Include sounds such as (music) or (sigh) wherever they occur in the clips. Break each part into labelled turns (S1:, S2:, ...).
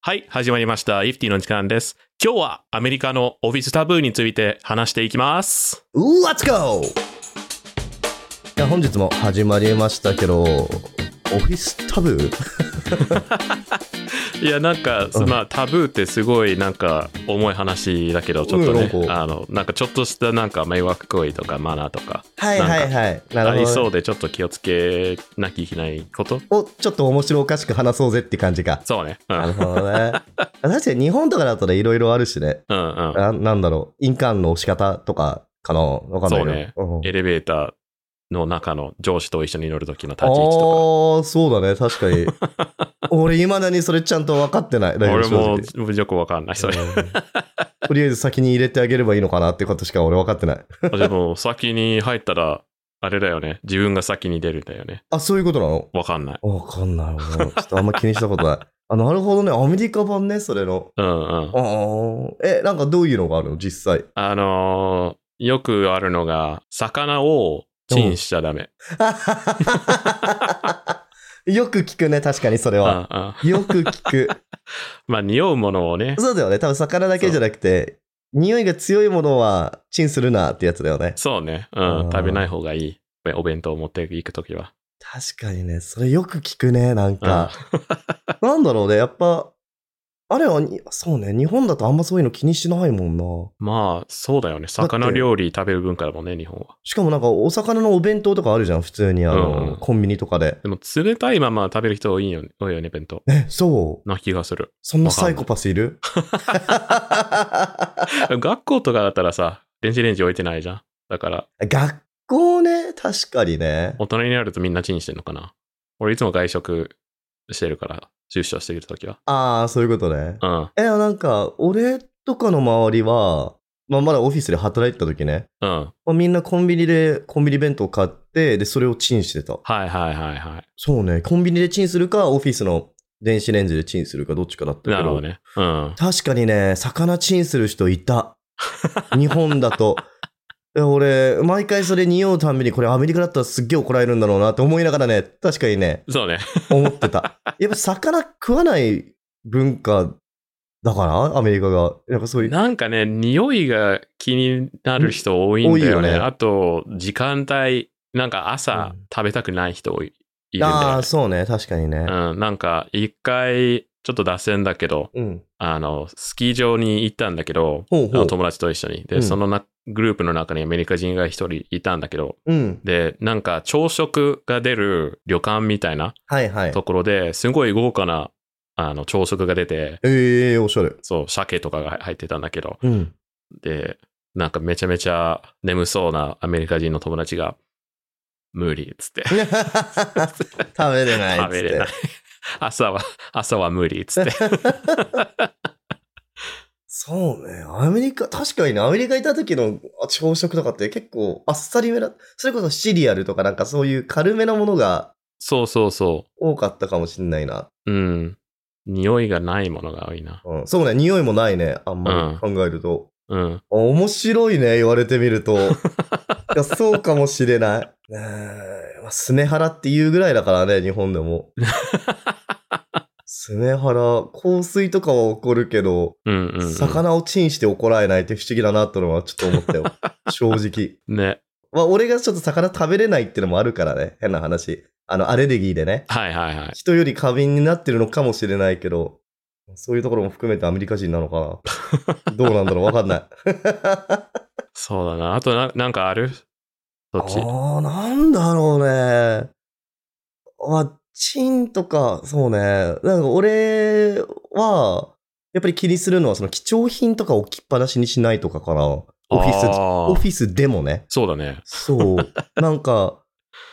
S1: はい、始まりました。イフティの時間です。今日はアメリカのオフィスタブーについて話していきます。
S2: Let's go! いや本日も始まりましたけど、オフィスタブー
S1: いや、なんか、
S2: うん
S1: まあ、タブーってすごいなんか重い話だけど、ちょっとね、
S2: うんなんか
S1: あの、なんかちょっとしたなんか迷惑行為とかマナーとか、
S2: はいはいはい。な
S1: あ
S2: る
S1: り
S2: ほど
S1: そ
S2: ね。
S1: うでちょっと気をつけなきゃいけないこと
S2: お、ちょっと面白おかしく話そうぜって感じか。
S1: そうね。うん。う
S2: (laughs) なんるほどね。確かに日本とかだったらいろいろあるしね。
S1: うん。
S2: ななんだろう。印鑑の押し方とかかなわかんないけど。うん
S1: エレベーターの中の上司と一緒に乗るときの立
S2: あ
S1: ち位置と
S2: ー、そうだね。確 (laughs) かに。俺、いまだにそれちゃんと分かってない。
S1: か。俺
S2: 正直
S1: もよくわかんない。 (laughs) それ。
S2: うんとりあえず先に入れてあげればいいのかなってことしか俺分かってない。
S1: でも、先に入ったら、あれだよね。自分が先に出るんだよね。
S2: あ、そういうことなの
S1: わかんない。
S2: わかんない。俺もちょっとあんま気にしたことない。あ、なるほどね。アメリカ版ね、それの。
S1: うんうん
S2: あ。あ。え、なんかどういうのがあるの実際。
S1: あのーよくあるのが、魚をチンしちゃダメ。
S2: よく聞くね、確かにそれ
S1: うんう
S2: は。
S1: ん。
S2: よく聞
S1: (laughs)
S2: く。
S1: まあ、匂うものをね。
S2: そうだよね。多分魚だけじゃなくて、匂いが強いものはチンするなってやつだよね。
S1: そうね。う。
S2: うんん
S1: 食べない方がいい。お弁当を持っていくときは。
S2: 確かにね、それよく聞くね、なんか。 (laughs) なんだろうね、やっぱ、あれはに、そうね、日本だとあんまそういうの気にしないもんな。
S1: まあ、そうだよね。魚料理食べる文化だもんね、日本は。
S2: しかもなんかお魚のお弁当とかあるじゃん、普通にあ
S1: うんう
S2: の、
S1: ん
S2: コンビニとかで。
S1: でも、冷たいまま食べる人多いよね、多いよね弁当。
S2: え、そう
S1: な気がする。
S2: そんなサイコパスいる
S1: 学校とかだったらさ、電子レンジ置いてないじゃん。だから、
S2: 学校ね、確かにね。
S1: 大人になるとみんなチンしてんのかな。俺いつも外食してるから、出社してるときは。
S2: ああ、そういうことね
S1: う。ん。
S2: え、なんか、俺とかの周りは、まあ、まだオフィスで働いてた時ね、
S1: うん。
S2: まあ、みんなコンビニで、コンビニ弁当買って、で、それをチンしてた。
S1: はいはいはいは
S2: そうね、コンビニでチンするか、オフィスの電子レンジでチンするか、どっちかだった
S1: い。
S2: けど。
S1: なるほどね。うん。
S2: 確かにね、魚チンする人いた。 (laughs) 日本だと。いや俺、毎回それ匂うたんびに、これアメリカだったらすっげえ怒られるんだろうなって思いながらね、確かにね、
S1: そうね。
S2: 思っ
S1: (laughs)
S2: てた。やっぱ魚食わない文化だから、アメリカが。なんかそういう。
S1: なんかね、匂いが気になる人多いんだよ
S2: 多い
S1: ね。
S2: よね
S1: あと、時間帯、なんか朝
S2: うん
S1: 食べたくない人多いいるんだ
S2: あ
S1: よ
S2: あ、
S1: ね。
S2: そうね、確かにね。
S1: うん。なんか、一回、ちょっと脱線だけど、
S2: うん。
S1: あの、スキー場に行ったんだけど、
S2: ほう
S1: あ
S2: ほ
S1: の
S2: う。
S1: 友達と一緒に。で、
S2: うん
S1: そのなグループの中にアメリカ人が一人いたんだけど、
S2: うん。
S1: で、なんか朝食が出る旅館みたいな
S2: はいはい。
S1: ところですごい豪華なあの朝食が出て、
S2: ええー、おしゃれ。
S1: そう、鮭とかが入ってたんだけど、 (laughs)
S2: うん。
S1: で、なんかめちゃめちゃ眠そうなアメリカ人の友達が、無理っつって。
S2: 食べれないっつって。
S1: 食べれない。朝は、朝は無理っつって。
S2: (laughs) そうね。アメリカ、確かにね、アメリカ行った時の朝食とかって結構あっさりめだ。それこそシリアルとかなんかそういう軽めなものが
S1: そうそうそ
S2: 多かったかもしんないな。
S1: う。うん。匂いがないものが多いな。
S2: うん、そうね、匂いもないね。あんまり考えると。
S1: うん。
S2: あ面白いね、言われてみると。
S1: (laughs)
S2: いやそうかもしれない。ねえまあ、スネハラって言うぐらいだからね、日本
S1: (laughs)
S2: でも。スネハラ、香水とかは怒るけど、
S1: うんうん、うん。
S2: 魚をチンして怒られないって不思議だなとのはちょっと思ったよ。正直。
S1: ね。
S2: まあ、俺がちょっと魚食べれないってのもあるからね。変な話。あの、アレルギーでね。
S1: はいはいはい。
S2: 人より過敏になってるのかもしれないけど、そういうところも含めてアメリカ人なのかな。どうなんだろうわかんない。
S1: そうだな。あとな、なんかあるそ
S2: あ
S1: っち。
S2: ー、なんだろうね。まあ、チンとか、そうね。なんか俺は、やっぱり気にするのは、その貴重品とか置きっぱなしにしないとかかな。オフィス、
S1: あ
S2: オ
S1: ー
S2: フィスでもね。
S1: そうだね。 (laughs)
S2: そう。なんか、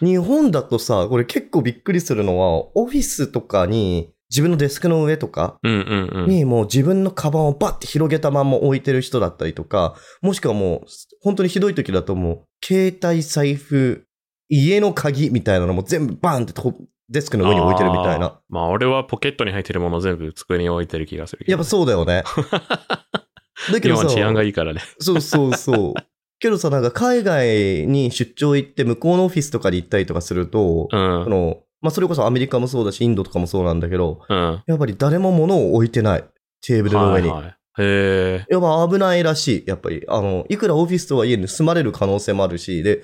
S2: 日本だとさ、これ結構びっくりするのは、オフィスとかに、自分のデスクの上とか
S1: うんうんうん。
S2: に、もう自分のカバンをバッて広げたまんま置いてる人だったりとか、もしくはもう、本当にひどい時だともう、携帯、財布、家の鍵みたいなのも全部バーンってとデスクの上に置いてるみたい
S1: あー
S2: な。
S1: まあ、俺はポケットに入ってるもの全部机に置いてる気がするけど。
S2: やっぱそうだよ
S1: (laughs)
S2: ね。だけ
S1: 日
S2: ど
S1: 本
S2: さ
S1: は、治安がいいからね。
S2: そうそう
S1: (laughs)
S2: そう。けどさ、なんか海外に出張行って向こうのオフィスとかに行ったりとかすると、
S1: うん。
S2: そのまあ、それこそアメリカもそうだし、インドとかもそうなんだけど、
S1: うん。
S2: やっぱり誰も物を置いてない。テーブルの上に。
S1: はいはい、へえ。
S2: やっぱ危ないらしい。やっぱり。あの、いくらオフィスとはいえ盗まれる可能性もあるし、で、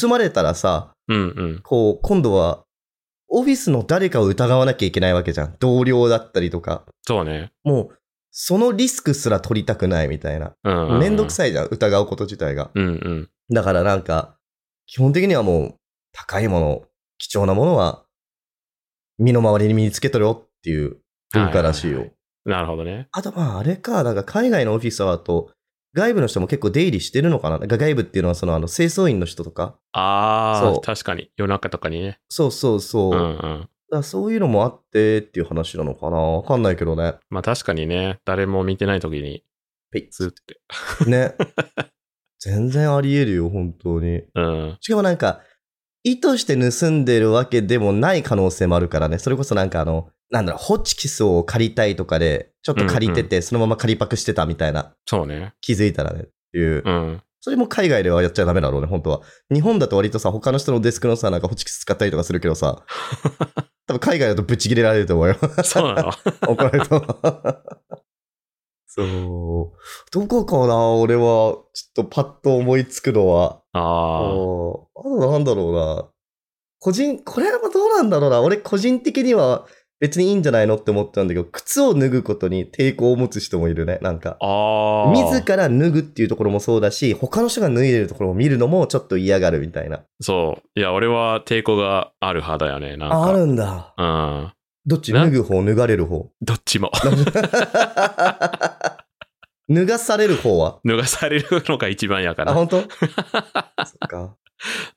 S2: 盗まれたらさ、
S1: うんうん。
S2: こう、今度は、オフィスの誰かを疑わなきゃいけないわけじゃん。同僚だったりとか。
S1: そうね。
S2: もう、そのリスクすら取りたくないみたいな。
S1: うん、うん。
S2: めんどく
S1: い。
S2: さいじゃん、疑うこと自体が。
S1: うんうん。
S2: だからなんか、基本的にはもう、高いもの、貴重なものは、身の回りに身につけとるよっていう文化らしいよ。
S1: はははなるほどね。
S2: あとまあ、あれか、なんか海外のオフィサーと、外部の人も結構出入りしてるのかなが外部っていうのはそのあの清掃員の人とか。
S1: あ
S2: そ
S1: あ、
S2: う
S1: 確かに。夜中とかにね。
S2: そうそうそう。
S1: うんう
S2: だか
S1: ん。
S2: らそういうのもあってっていう話なのかなわかんないけどね。
S1: まあ確かにね、誰も見てない時に、
S2: ペイ
S1: スーって。 (laughs)
S2: ね。全然あり得るよ、本当に。
S1: うん。
S2: しかもなんか、意図して盗んでるわけでもない可能性もあるからね。それこそなんかあの、なんだろう、ホチキスを借りたいとかで、ちょっと借りてて、そのまま借りパクしてたみたいな、
S1: そうね。
S2: 気づいたらね、っていう。 (laughs)
S1: うん。
S2: それも海外ではやっちゃダメだろうね、本当は。日本だと割とさ、他の人のデスクのさ、なんかホチキス使ったりとかするけどさ、多分海外だとブチ切れられると思うよ。 (laughs)
S1: そうなの
S2: 怒られると思う。そう。どこかな俺は、ちょっとパッと思いつくのは。
S1: ああ。
S2: おーあとなんだろうな。個人、これはどうなんだろうな。俺個人的には別にいいんじゃないのって思ったんだけど、靴を脱ぐことに抵抗を持つ人もいるね。なんか。
S1: ああ。
S2: 自ら脱ぐっていうところもそうだし、他の人が脱いでるところを見るのもちょっと嫌がるみたいな。
S1: そう。いや、俺は抵抗がある派だよね。なんか。
S2: ああるんだ。
S1: うん。
S2: どっち
S1: な
S2: 脱ぐ方、脱がれる方。
S1: どっちも。 (laughs)
S2: 脱がされる方は
S1: 脱がされるのが一番やか
S2: あ、
S1: ら。
S2: 本当そ
S1: (laughs)
S2: っか。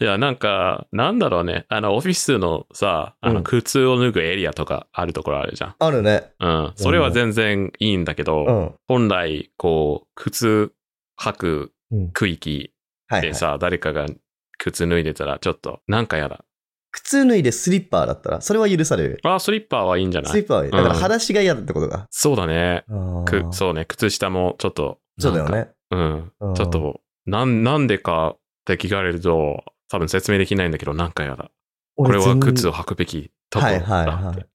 S1: いや、なんか、なんだろうね。あの、オフィスのさ、あ
S2: う
S1: の、
S2: ん
S1: 靴を脱ぐエリアとかあるところあるじゃん。
S2: あるね。
S1: うん。それは全然いいんだけど、
S2: うん。
S1: 本来、こう、靴履く
S2: うん
S1: 区域
S2: はい、
S1: で
S2: はい。
S1: さ、誰かが靴脱いでたら、ちょっと、なんかやだ。
S2: 靴脱いでスリッパーだったら、それは許される。
S1: あー、スリッパはいいんじゃな
S2: スリ
S1: い
S2: ッパーは、だから裸足が嫌だってことだ。
S1: そうだね。
S2: あ
S1: く
S2: ー
S1: そうね。靴下もちょっと、
S2: そうだよ
S1: なんか。
S2: ね。
S1: うん。
S2: うん
S1: ちょっと、なん、なんでかって聞かれると、多分説明できないんだけど、なんかやだ。これは靴
S2: を。
S1: を履くべきとこ
S2: は
S1: ろ
S2: い
S1: だって。
S2: はいはい。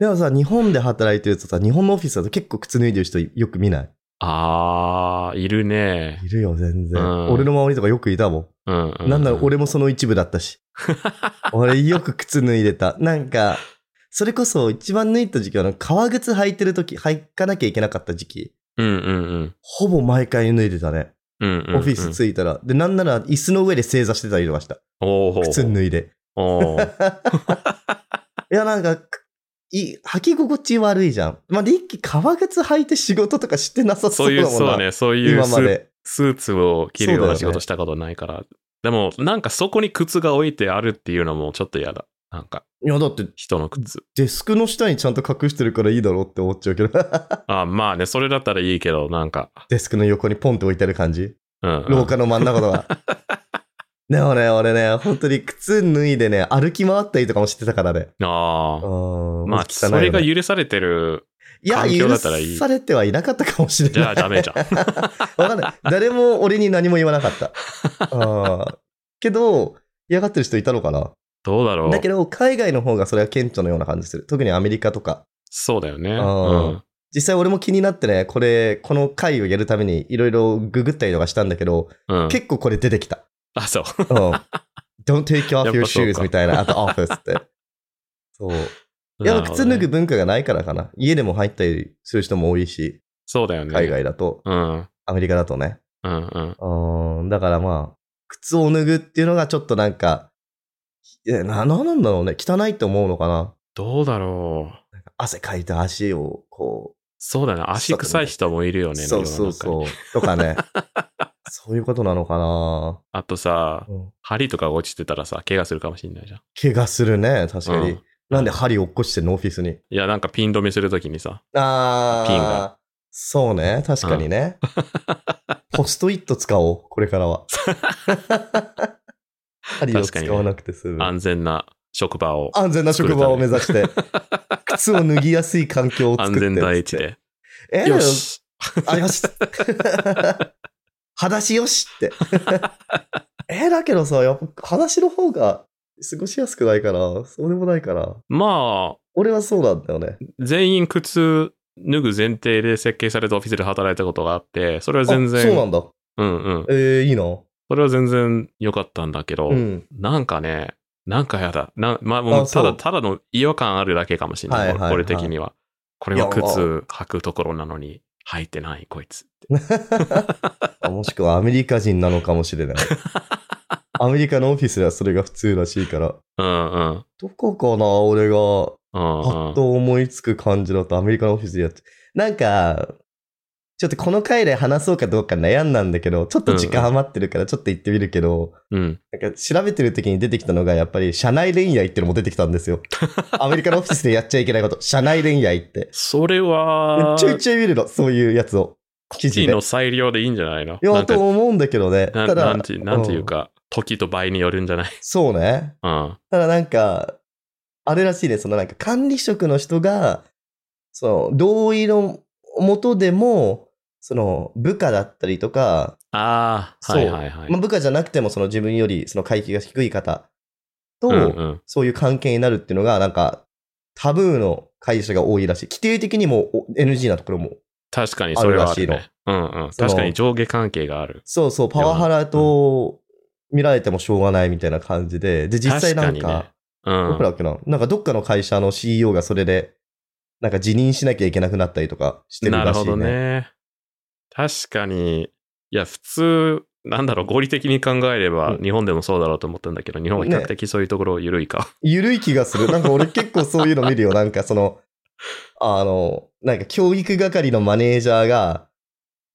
S2: (laughs) でもさ、日本で働いてるとさ、日本のオフィスだと結構靴脱いでる人よく見ない。
S1: あー、いるね。
S2: いるよ、全然。
S1: うん
S2: 俺の周りとかよくいたも。
S1: うん、うん
S2: なんだろう、俺もその一部だっ
S1: (laughs)
S2: たし。俺よく靴脱いでた。なんか、それこそ一番脱いだ時期はあの、革靴履いてる時、履かなきゃいけなかった時期。
S1: うんうんうん。
S2: ほぼ毎回脱いでたね。
S1: うんうんうん、
S2: オフィス着いたら。で、なんなら椅子の上で正座してたりとかした。
S1: おー
S2: 靴脱いで。
S1: おー
S2: いや、なんか、くい履き心地悪いじゃん。まあ、リッキー、革靴履いて仕事とかしてなさそ
S1: (laughs) そうういう、
S2: だもんな。
S1: そうね、そういう
S2: 今
S1: ス
S2: ま
S1: ー
S2: で。
S1: スーツを着るような仕
S2: そうだよ
S1: 事
S2: ね
S1: したことないから。でも、なんかそこに靴が置いてあるっていうのもちょっと嫌だ。なんか、
S2: いや、だって、
S1: 人の靴。
S2: (laughs) デスクの下にちゃんと隠してるからいいだろうって思っちゃうけど。 (laughs)
S1: あまあね、それだったらいいけど、なんか。
S2: デスクの横にポンって置いてある感じ。
S1: うん、うん。
S2: 廊下の真ん中とか。でもね、俺ね、本当に靴脱いでね、歩き回ったりとかもしてたからね。
S1: あ
S2: う
S1: あ。
S2: ん。
S1: まあ、それが許されてる。
S2: いや、
S1: 環境だ
S2: 許
S1: ったらいい
S2: されてはいなかったかもしれない。
S1: じゃあダメじゃん。
S2: (laughs) わかんない。誰も俺に何も言わなかった。あーけど、嫌がってる人いたのかな
S1: どうだろう。
S2: だけど、海外の方がそれは顕著のような感じする。特にアメリカとか。
S1: そうだよね。
S2: うん
S1: うん。
S2: 実際俺も気になってね、これ、この回をやるためにいろいろググったりとかしたんだけど、
S1: うん、
S2: 結構これ出てきた。
S1: あ、そう。
S2: うん。Don't take
S1: (laughs) やっ
S2: off
S1: ぱ
S2: your
S1: そう
S2: shoes
S1: か
S2: みたいな、あと office って。
S1: (laughs)
S2: そう。い
S1: な
S2: や、
S1: るほど
S2: 靴
S1: ね
S2: 脱ぐ文化がないからかな。家でも入ったりする人も多いし、
S1: そうだよね。
S2: 海外だと、
S1: うん。
S2: アメリカだとね。
S1: うんうん。
S2: うーん、だからまあ、靴を脱ぐっていうのがちょっとなんか、いや、な、なんなんだろうね。汚いって思うのかな。
S1: どうだろう。
S2: 汗かいた足を、こ
S1: そうだな。足臭い人もいるよ
S2: う、
S1: ね。
S2: そうそ
S1: 世の
S2: う
S1: 中に
S2: そう。と
S1: (laughs)
S2: かね。そういうことなのかな、
S1: あとさ、
S2: うん
S1: 針とかが落ちてたらさ、怪我するかもしんないじゃん。
S2: 怪我するね、確かに。
S1: うん
S2: なんで針落っこしてんのオフィスに。
S1: いや、なんかピン止めするときにさ、
S2: あー。
S1: ピンが
S2: そうね、確かにね。ポストイット使おう、これか
S1: (laughs)
S2: らは。針を
S1: 確かにね
S2: 使わなくて済む。
S1: 安全な職場を、
S2: 安全な職場を目指して、靴を脱ぎやすい環境を作っ
S1: 安
S2: て。
S1: 全第一。で。
S2: えー、
S1: よし
S2: あ、よし。
S1: (laughs)
S2: 裸足よしって。えーだけどさ、やっぱ裸足の方が過ごしやすくないかな。そうでもないかな。
S1: まあ、
S2: 俺はそうなんだよね。
S1: 全員靴脱ぐ前提で設計されたオフィスで働いたことがあって、それは
S2: あ
S1: 全然、
S2: そうなんだ。
S1: うんうん。
S2: えー、いいな。
S1: それは全然良かったんだけど、
S2: うん。
S1: なんかね、なんかやだ。なまあ、も
S2: あ
S1: うた
S2: そう
S1: だ、ただの違和感あるだけかもしれない。
S2: はいはいはい
S1: 俺的には。これはい
S2: や
S1: 靴履くところなのに履いてない、こいつ。
S2: あもしくはアメリカ人なのかもしれ
S1: (laughs)
S2: ない。アメリカのオフィスではそれが普通らしいから。
S1: うんうん。
S2: どこかな俺が
S1: うん
S2: パ
S1: う
S2: ッ
S1: ん、
S2: と思いつく感じだとアメリカのオフィスでやって。なんか、ちょっとこの回で話そうかどうか悩んだんだけど、ちょっと時間余ってるからちょっと行ってみるけど、
S1: うん。
S2: なんか調べてる時に出てきたのがやっぱり社内恋愛ってのも出てきた
S1: (laughs)
S2: んですよ。アメリカのオフィスでやっちゃいけないこと、社内恋愛って。
S1: それは、
S2: ちょいちょい見るの、そういうやつを。記
S1: 記
S2: 事
S1: 事
S2: で
S1: の。裁量でいいんじゃないの
S2: い
S1: な
S2: や、
S1: んか
S2: と思うんだけどね。
S1: な
S2: ただ
S1: なんて、なんていうか、時と場合によるんじゃない (laughs)
S2: そうね。
S1: うん。
S2: ただなんか、あれらしいね、そのなんか管理職の人が、その同意のもとでも、その部下だったりとか、
S1: ああ、
S2: そ
S1: は
S2: う
S1: いはいはい。
S2: まあ、部下じゃなくてもその自分よりその階級が低い方と、
S1: うんうん。
S2: そういう関係になるっていうのが、なんか、タブーの会社が多いらしい。規定的にもお NG なところも。
S1: 確かにそれはある、
S2: あるらし
S1: ね。うんうん。
S2: その
S1: 確かに上下関係がある。
S2: そうそう、パワハラと見られてもしょうがないみたいな感じで。で、実際なん
S1: 確かにね
S2: か、
S1: うん。
S2: どこだっけななんかどっかの会社の CEO がそれで、なんか辞任しなきゃいけなくなったりとかしてる
S1: なる
S2: らし
S1: ほ
S2: いね。
S1: どね。確かに、いや、普通、なんだろう、合理的に考えれば
S2: う、ん
S1: 日本でもそうだろうと思ったんだけど、日本は比較的そういうところ緩いか。
S2: 緩い気がする。なんか俺結構そういうの見るよ。なんかその、あの、なんか教育係のマネージャーが、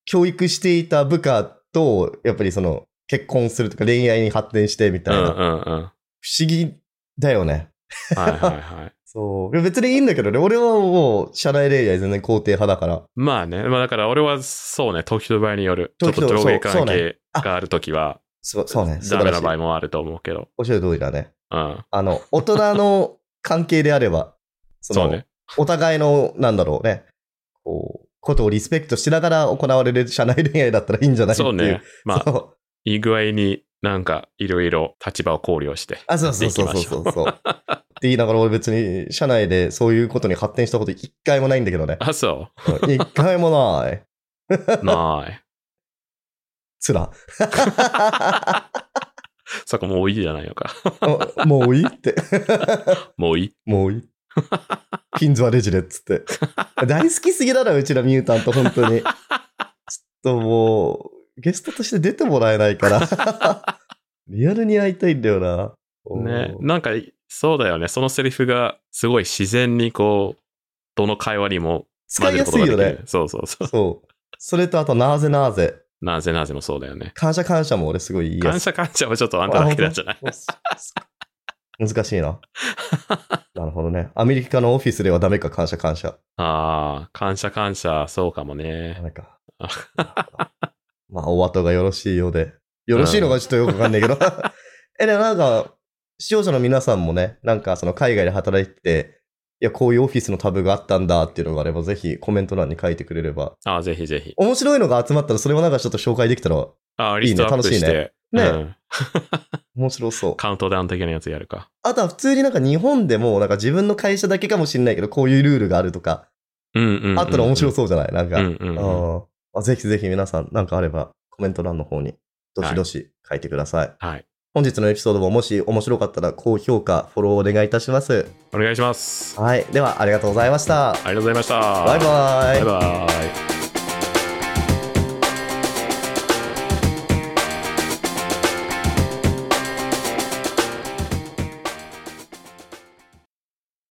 S2: 教育していた部下と、やっぱりその、結婚するとか恋愛に発展してみた
S1: う
S2: い
S1: んう
S2: な。
S1: んうん。
S2: 不
S1: は
S2: 思議だよね。
S1: いはいはい。
S2: そう。いや別にいいんだけどね。俺はもう、社内恋愛全然肯定派だから。
S1: まあね、まあだから俺はそうね、時と場合による。ちょっ
S2: 時と
S1: と上下
S2: そう
S1: 関
S2: そうね
S1: 係があるときは、
S2: そうそうね。素
S1: ダ
S2: 晴
S1: メ
S2: らし。
S1: ない場合もあると思うけど。
S2: おっしゃる通りだね。
S1: うん。
S2: あの、大人の関係であ
S1: (laughs)
S2: れば、その
S1: そうね。
S2: お互いの、なんだろうね、こう、ことをリスペクトしながら行われる社内恋愛だったらいいんじゃないってい
S1: そうね。まあ、
S2: そう
S1: いい具合になんかいろいろ立場を考慮して。
S2: あ、そうそうそうそうそうそう。 (laughs) って言いながら俺別に社内でそういうことに発展したこと一回もないんだけどね。
S1: あ、そ
S2: うん一回もない。 (laughs)
S1: う。ない。
S2: つら。
S1: そこもういいじゃないのか。
S2: あもういいって。
S1: もういい。
S2: もういい。ピンズはレジでっ
S1: (laughs)
S2: つって。大好きすぎだな、うちのミュータント、本当に。ちょっともう、ゲストとして出てもらえな
S1: (laughs)
S2: いから。リアルに会いたいんだよな。
S1: ね、
S2: おー
S1: なんかそうだよね。そのセリフがすごい自然にこう、どの会話にも
S2: 使いやすいよ
S1: 混ぜることができ
S2: ね
S1: る。。そうそうそう。
S2: そう。それとあと、なぜなぜ。
S1: なぜなぜもそうだよね。
S2: 感謝感謝も俺すごい言いや
S1: 感
S2: すい。
S1: 謝感謝はちょっとあんただけなんじゃない
S2: あ本当難し
S1: (laughs)
S2: いな。なるほどね。アメリカのオフィスではダメか、感謝感謝。
S1: ああ、感謝感謝、そうかもね。
S2: なんか。まあ、お後がよろしいようで。よろしいのかちょっとよくわかんないけど。え、でもなんか、視聴者の皆さんもね、なんかその海外で働いてて、いや、こういうオフィスのタブがあったんだっていうのがあれば、ぜひコメント欄に書いてくれれば。
S1: ああ、ぜひぜひ。
S2: 面白いのが集まったら、それをなんかちょっと紹介できたら
S1: ああ、リストアップして。
S2: いいね楽しいね
S1: う
S2: ね
S1: ん
S2: 面白そう。
S1: カウントダウン的なやつやるか。
S2: あとは普通になんか日本でも、なんか自分の会社だけかもしれないけど、こういうルールがあるとか、
S1: うんうんうん、うん。
S2: あったら面白そうじゃないなんか。
S1: うんうんうん
S2: うんまあぜひぜひ皆さん、なんかあれば、コメント欄の方に、どしどし書いてください。
S1: はい。
S2: 本日のエピソードももし面白かったら、高評価、フォローお願いいたします。
S1: お願いします。あ
S2: はい。では、ありがとうございました。
S1: りがとうございました。
S2: バイバイ。
S1: バイバイ。